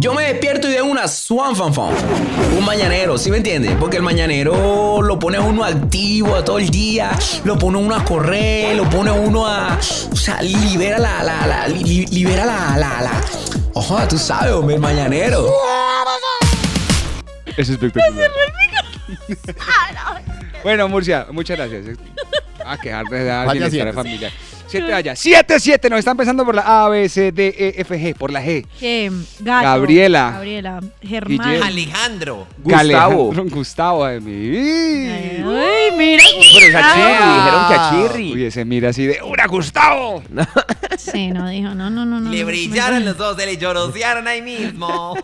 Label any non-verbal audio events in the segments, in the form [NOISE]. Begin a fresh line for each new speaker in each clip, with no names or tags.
Yo me despierto y de una Swan Fan Fan. Un mañanero, ¿sí me entiendes? Porque el mañanero lo pone a uno activo a todo el día, lo pone a uno a correr, lo pone a uno a. O sea, libera la. la, la li- libera la. la, la. Ojo, tú sabes, hombre, el mañanero.
Es
Pues
espectacular.
Ah,
Bueno, Murcia, muchas gracias. A quejar de a alguien
Vaya siete.
estará familiar. Siete allá. Siete, siete. Nos están pensando por la A, B, C, D, E, F, G. Por la G.
Que, Gallo,
Gabriela.
Gabriela. Germán.
Guillermo.
Alejandro.
Gustavo. [LAUGHS]
Gustavo.
Gustavo de mi vida.
Ay, mira.
Pero es a Chirri, dijeron que a
Ah.
Chirri. Uy, ese mira así de ¡Una Gustavo!
Sí, no dijo, no, no, no, no.
Le
no,
brillaron
no.
los dos, se le llorosearon ahí mismo.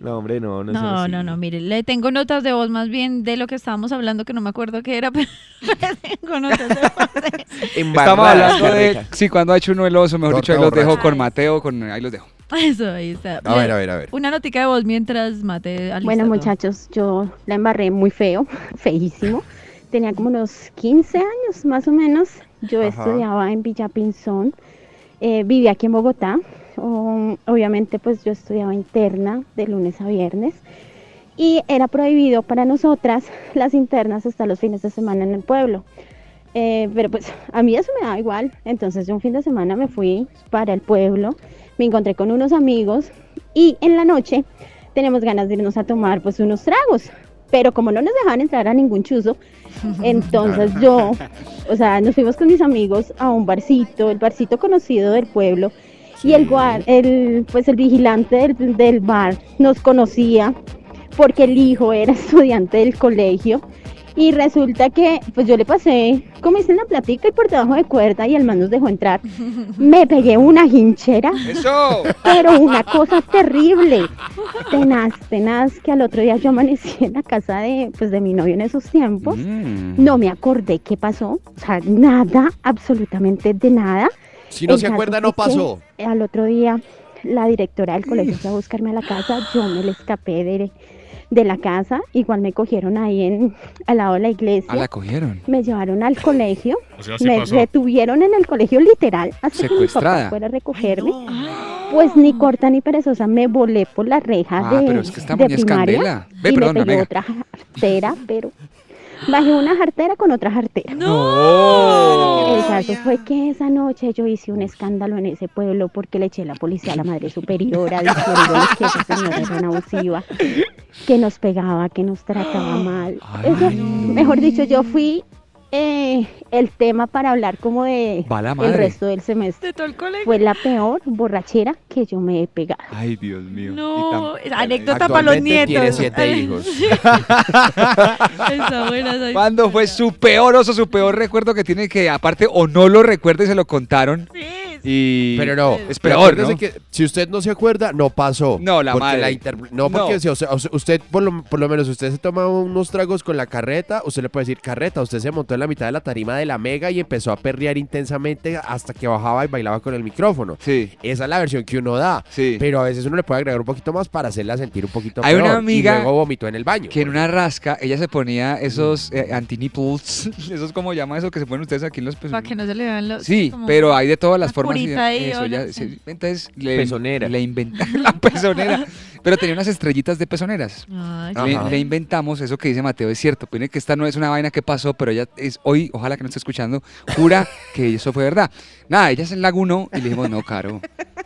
No, hombre, no, no.
No, no, no, mire, le tengo notas de voz más bien de lo que estábamos hablando que no me acuerdo qué era, pero le tengo notas de voz. de-
Estamos hablando de sí, cuando ha hecho uno el oso, mejor
Torta
dicho, ahí los
borracha.
dejo con Mateo, con ahí los dejo.
Eso, ahí está.
A ver, a ver, a ver.
Una notica de voz mientras mate al
Bueno, muchachos, yo la embarré muy feo, [LAUGHS] feísimo. Tenía como unos 15 años más o menos. Yo
Ajá.
estudiaba en Villapinzón, eh, vivía aquí en Bogotá. Um, obviamente, pues yo estudiaba interna de lunes a viernes. Y era prohibido para nosotras las internas hasta los fines de semana en el pueblo. Eh, pero pues a mí eso me da igual. Entonces un fin de semana me fui para el pueblo, me encontré con unos amigos y en la noche tenemos ganas de irnos a tomar pues unos tragos. Pero como no nos dejaban entrar a ningún chuzo, entonces yo, o sea, nos fuimos con mis amigos a un barcito, el barcito conocido del pueblo. Y el, guar- el pues el vigilante del, del bar nos conocía porque el hijo era [LAUGHS] estudiante del colegio y resulta que pues yo le pasé como hice la platica y por debajo de cuerda y el man nos dejó entrar. Me pegué una hinchera.
Eso.
Pero una cosa terrible. Tenaz, tenaz que al otro día yo amanecí en la casa de pues de mi novio en esos tiempos.
Mm.
No me acordé qué pasó, o sea, nada, absolutamente de nada.
Si no
El
se
caso
acuerda, no
es que
pasó.
Al otro día, la directora del colegio fue a buscarme a la casa, yo me le escapé de, de la casa, igual me cogieron ahí en, al lado de la iglesia.
Ah, la cogieron.
Me llevaron al colegio,
O sea, sí
me
pasó.
retuvieron en el colegio literal hasta que mi papá
Secuestrada.
fuera a recogerme. Pues ni corta ni perezosa, me volé por la reja
Ah,
de,
pero es que esta
de
muñeca es
primaria
candela. Ve,
y
perdona,
me pegué
venga.
otra jartera, pero bajé una jartera con otra jartera. El caso fue que esa noche yo hice un escándalo en ese pueblo porque le eché la policía a la madre superiora diciéndole que esa señora era una abusiva, que nos pegaba, que nos
[GASPS]
trataba mal. Eso, mejor dicho, yo fui eh, el tema para hablar como de
Va la
el
madre.
resto del semestre. Fue la peor borrachera que yo me he pegado.
Ay, Dios mío.
No, es anécdota para los nietos. [LAUGHS] Ay, Está buena esa
¿Cuándo fue su peor oso, su peor recuerdo que tiene que, aparte, o no lo recuerda y se lo contaron? Y
Pero no,
Es peor,
acuérdese
¿no?
que si usted no se acuerda, no pasó.
No, la
Porque
madre.
interpre- no, porque
No.
si o sea, usted, por lo, por lo menos, usted se toma unos tragos con la carreta, usted le puede decir, carreta, usted se montó en la mitad de la tarima de la mega y empezó a perrear intensamente hasta que bajaba y bailaba con el micrófono.
Sí.
Esa es la versión que uno da. Pero a veces uno le puede agregar un poquito más para hacerla sentir un poquito
Hay
peor.
una amiga
Y luego vomitó en el baño.
Que en una rasca ella se ponía esos eh, anti-nipples, [LAUGHS] esos como llama eso que se ponen ustedes aquí en los
Para
pezones.
que no se le vean los.
Sí,
como-
pero hay de todas las
una
formas. y-
curita ahí,
eso,
o
ya
no
se-
sé.
entonces le, [LAUGHS]
Pezonera.
le inventaron la pezonera. Pero tenía unas estrellitas de pezoneras.
Ay,
Le,
qué
le
lindo.
inventamos eso que dice Mateo, es cierto. Pone que esta no es una vaina que pasó, pero ella es hoy, ojalá que no esté escuchando, jura que eso fue verdad. Nada, ella se lagunó y le dijimos, no, Caro,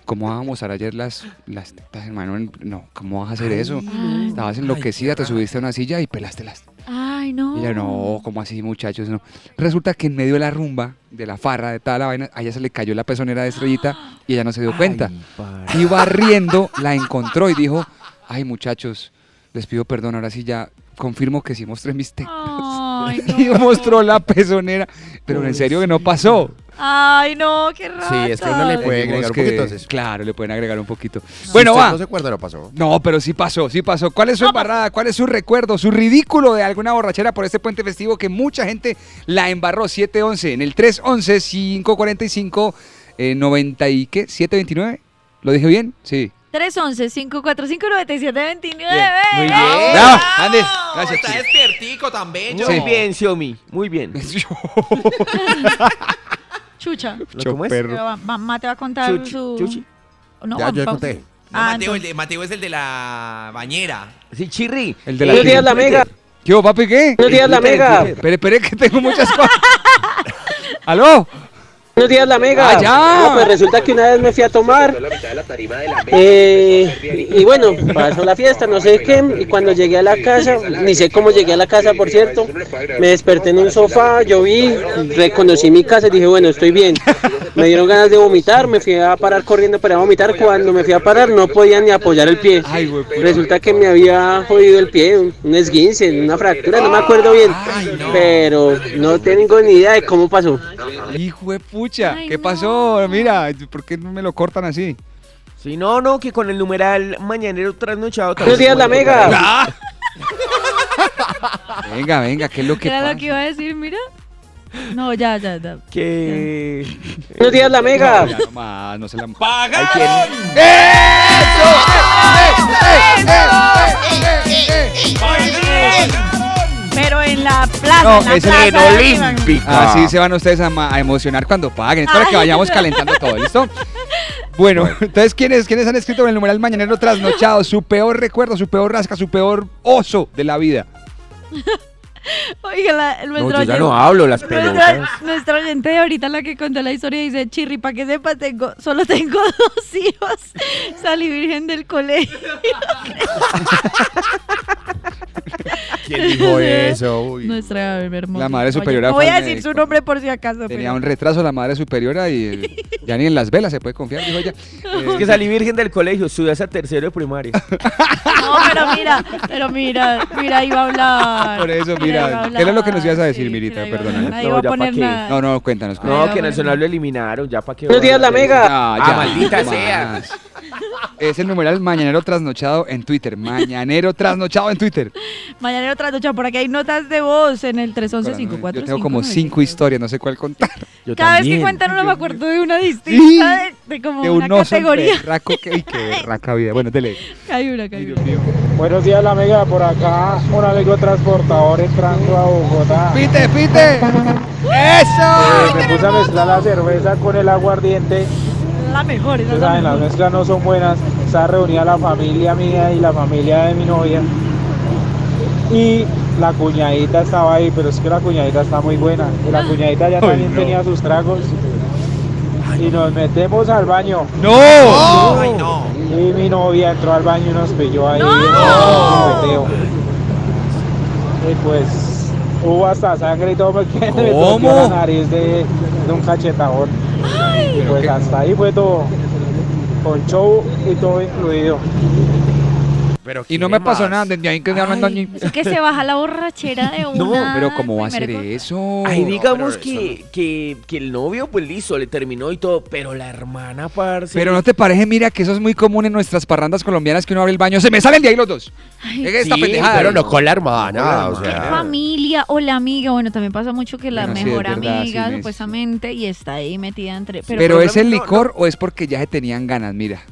¿cómo vas a mostrar ayer las, las tetas, hermano? No, ¿cómo vas a hacer eso?
Ay,
Estabas enloquecida, te subiste a una silla y pelaste las
Ay, no.
y Ah. ella, no, ¿cómo así, muchachos? No. Resulta que en medio de la rumba, de la farra, de toda la vaina, a ella se le cayó la pezonera de estrellita y ella no se dio cuenta. Y barriendo la encontró y dijo, ay, muchachos, les pido perdón, ahora sí ya confirmo que sí mostré mis tetas.
Ay,
[LAUGHS] Y mostró la pezonera, pero en serio que no pasó.
Ay, no, qué raro.
Dijimos
agregar un
que-
poquito, entonces.
Claro, le pueden agregar un poquito.
Si
bueno,
usted
va.
no se acuerda, no pasó.
No, pero sí pasó, sí pasó. ¿Cuál es su
pues
embarrada? ¿Cuál es su recuerdo? ¿Su ridículo de alguna borrachera por este puente festivo que mucha gente la embarró? 711, en el 311, 545, eh, 90 y qué? 729. ¿Lo dije bien?
[LAUGHS]
Sí.
311-545-9729.
Muy bien.
¡Bravo! Andes, gracias.
Está despiertico tan bello.
Muy bien, Xiaomi. Muy bien.
Chucha.
Lo- ¿cómo es?
Pero va- Mamá te va a contar
Chuchi,
su.
chuchi.
No,
Ya, yo
pa-
conté.
No,
Ah,
Mateo, el de, Mateo es el de la bañera.
Sí, Chirri.
El
Buenos días,
tienda.
la mega.
¿Qué hubo, papi? ¿Qué?
Buenos días, la mega.
Espere, espere, que tengo muchas
[LAUGHS]
cosas. ¿Aló?
Buenos días, la mega.
Ah, ya.
No, pues resulta que una vez me fui a tomar. eh, y bueno, pasó la fiesta, no sé qué. Y cuando llegué a la casa, ni sé cómo llegué a la casa, por cierto. Me desperté en un sofá, yo vi, reconocí mi casa y dije, bueno, estoy bien. Me dieron ganas de vomitar, me fui a parar corriendo para vomitar. Cuando me fui a parar, no podía ni apoyar el pie. Resulta que me había jodido el pie, un un esguince, una fractura, no me acuerdo bien. Pero no tengo ni idea de cómo pasó.
Hijo de pucha, ¿qué pasó? Mira, ¿por qué no me lo cortan así?
Sí, no, no, que con el numeral mañanero trasnochado.
Buenos días, la mega.
Venga, venga, ¿qué es lo que
Era
pasa?
lo que iba a decir, mira. No, ya, ya, ya.
Que.
Buenos días, la mega.
No, ya no más, no se la...
Pero en la plaza. en la plaza arriba.
Así se van ustedes a, ma- a emocionar cuando paguen. Es para que
Ay.
vayamos calentando todo, ¿listo? Bueno, entonces, ¿quiénes, ¿quiénes han escrito en el numeral Mañanero Trasnochado? Su peor recuerdo, su peor rasca, su peor oso de la vida.
Oiga, la, el nuestro oyente-
hablo las
Pues Nuestra, nuestra oyente de ahorita, la que contó la historia, dice, Chirri, para que sepa, tengo, solo tengo [LAUGHS] dos hijos. Salí virgen del colegio.
¿Quién dijo eso? Uy.
Nuestra hermosa.
La madre superiora
Oye, no voy
fue
a
al
decir su
médico.
nombre por si acaso.
Tenía
pero-
un retraso la madre superiora y eh, ya ni en las velas se puede confiar, dijo ella. Eh,
Es que salí virgen del colegio, estudié hasta tercero de primaria.
No, pero mira, pero mira, mira, iba a hablar.
Por eso,
iba a
mira,
hablar,
¿qué era lo que nos ibas a decir, Mirita? Perdona.
Nadie va a
ya pa'
poner
qué.
nada.
No, no, cuéntanos.
No, que Nacional lo eliminaron, ya para que.
Buenos días, la mega.
Ah,
Ah,
ya,
maldita
no
sea.
más. Es el numeral Mañanero Trasnochado en Twitter. Mañanero Trasnochado en Twitter.
Mañana otra noche, por aquí hay notas de voz en el 311
Yo tengo como cinco historias, no sé cuál contar.
Cada vez que cuentan uno me acuerdo de una distinta, de- de, como
De
una
un oso
categoría.
berraco que,
[LAUGHS]
ay, qué berraca vida. Bueno, dele.
Hay una, hay una.
Buenos días, la mega. Por acá, un amigo transportador entrando a Bogotá.
¡Pite, pite!
Eh, me puse a mezclar la cerveza con el aguardiente.
La mejor, esa es
Ustedes
la
saben, las
mejor.
mezclas no son buenas. Estaba reunida la familia mía y la familia de mi novia. Y la cuñadita estaba ahí, pero es que la cuñadita está muy buena. Y la cuñadita ya
Ay,
también
no.
tenía sus tragos. Y nos metemos al baño.
¡No!
¡Ay, no!
Y mi novia entró al baño y nos pilló ahí. en el coqueteo. Y pues hubo hasta sangre y todo porque [LAUGHS] me
¿Cómo?
toqué la nariz de, de un cachetador. Y pues hasta ahí fue todo. Con show y todo incluido.
Y no me pasó nada, desde ahí que me hablando ni-
Eso que se baja la borrachera de una.
No, pero ¿cómo va a ser
primera cosa.
eso?
Ahí digamos
No, pero eso
que, que, que el novio, pues listo, le terminó y todo, pero la hermana, parce.
Pero no te parece, mira, que eso es muy común en nuestras parrandas colombianas que uno abre el baño. Se me salen de ahí los dos. Es que esta
Sí,
pendejada.
pero Ah, no con la hermana, o
La
sea.
Familia o la amiga, bueno, también pasa mucho que la
Ah. Bueno, sí, es
mejor
verdad, sí,
amiga
me-
supuestamente y está ahí metida entre.
Pero, ¿es el licor o es porque ya se tenían ganas? Mira.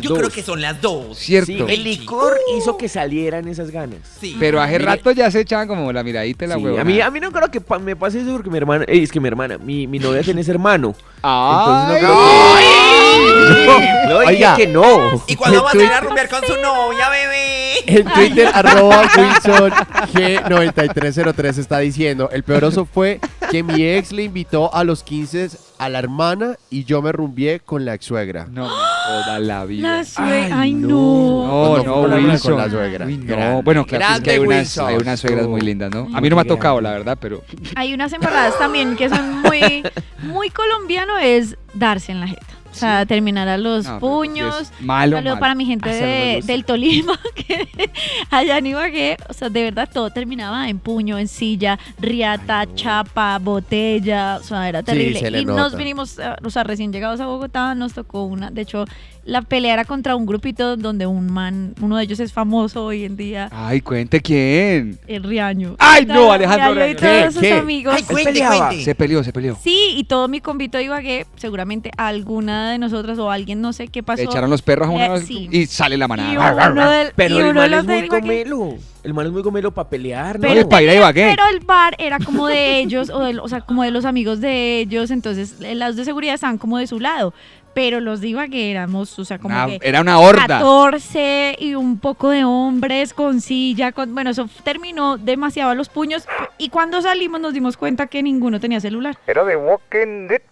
Yo creo que son las dos.
Cierto.
Sí, el licor hizo que salieran esas ganas.
Sí.
Pero
Ah,
hace
Mire,
rato ya se echaban como la miradita y la
sí,
huevona.
a, mí, a mí no creo que pa-
ah.
me pase eso porque mi hermana, eh, es que mi hermana, mi, mi novia tiene ese hermano.
¡Ay!
Entonces no creo que- No, dije que no.
Y cuando
En
vas a ir a
Twitter-
rumbear con su novia, bebé.
En Twitter, arroba Wilson G9303 está diciendo, el peoroso fue que mi ex le invitó a los 15 a la hermana y yo me rumbié con la ex suegra.
No, toda la vida.
La sue- Ay, no.
No, no,
con la
Wilson.
suegra.
Uy,
Grande.
no. Bueno, claro, pues es que hay
Grande
unas,
Wilson.
hay unas suegras muy lindas, ¿no? A mí no me ha
Muy
tocado, la verdad, pero.
Hay unas embarradas también que son muy, muy colombiano es darse en la jeta. O sea, terminar a los
No, pero
puños.
sí es malo,
Saludo
malo.
para mi gente
Ah, saludos,
de-
Lucy.
del Tolima, [LAUGHS] que allá en Ibagué, o sea, de verdad todo terminaba en puño, en silla, riata, chapa, botella, o sea, era
Sí,
terrible.
se le
y nos
nota.
vinimos, eh, o sea, recién llegados a Bogotá, nos tocó una, de hecho, la pelea era contra un grupito donde un man, uno de ellos es famoso hoy en día.
Ay, cuente quién.
El Riaño.
Ah. Ay,
Todo
no, Alejandro
Riaño y
Reaño.
todos sus amigos.
Se peleó, se peleó.
Sí, y todo mi convito de Ibagué, seguramente alguna de nosotras o alguien, no sé qué pasó.
Le echaron los perros a uno
Eh, sí.
y sale la
Y
manada.
uno del-
Pero
y
el
uno
man
los
es muy
del Ibagué.
gomelo. El man es muy gomelo para pelear, ¿no?
Pero- Oye, pa' ir a Ibagué.
pero el bar era como de ellos, o, del- o sea, como de los amigos de ellos, entonces eh, las de seguridad estaban como de su lado. Pero los de Ibagué éramos, o sea, como
Ah,
Una-
que
Ah, era una horda.
14 y un poco de hombres con silla, con, bueno, eso terminó demasiado a los puños. Y cuando salimos nos dimos cuenta que ninguno tenía celular.
Era de Walking
[LAUGHS]
Dead.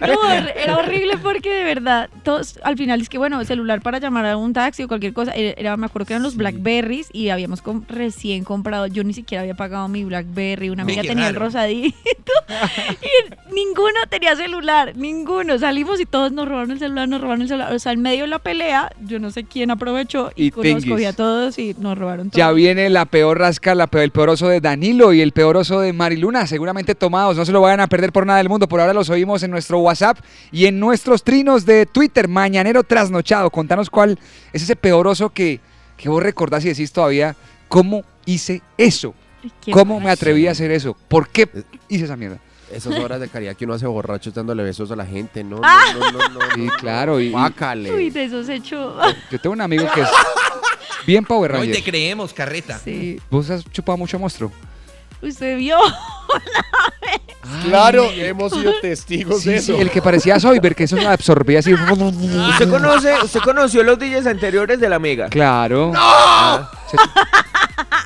No, hor- era horrible porque de verdad, todos, al final es que bueno, celular para llamar a un taxi o cualquier cosa, era, era- me acuerdo que eran los Blackberries y habíamos com- recién comprado, yo ni siquiera había pagado mi Blackberry, una
Ve
amiga
qué
tenía el
raro.
rosadito y ninguno tenía celular, ninguno, salimos y todos nos robaron el celular, nos robaron el celular, o sea, en medio de la pelea, yo no sé quién aprovechó y,
Y
nos
tinguis.
cogió a todos y nos robaron todo.
Ya viene la peor rasca, la peor, el peor oso de Danilo y el peor oso de Mariluna, seguramente tomados. No se lo vayan a perder por nada del mundo. Por ahora los oímos en nuestro WhatsApp y en nuestros trinos de Twitter. Mañanero trasnochado. Contanos cuál es ese peor oso que, que vos recordás y decís todavía, ¿cómo hice eso?
qué
¿Cómo me atreví a hacer eso? ¿Por qué hice esa mierda?
Esas horas de caridad que uno hace borracho dándole besos a la gente, ¿no?
Ah.
No, no,
[LAUGHS]
no, no,
Sí, claro. Y, y-
Guácale.
Uy, de esos hecho...
yo tengo un amigo que es bien Power
Hoy
Ranger.
te creemos, carreta.
Sí.
¿Vos has chupado mucho monstruo?
Usted vio.
Claro, hemos sido testigos
Sí,
de
sí,
eso.
el que parecía Soyber, que eso lo absorbía así.
¿Usted, conoce, ¿Usted conoció los DJs anteriores de la Mega?
Claro. Ah, Se, chu-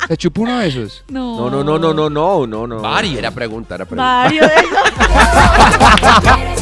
se chupó uno de esos.
No, no, no, no, no, no, no, no.
Varios. Era pregunta, era pregunta.
Varios de esos.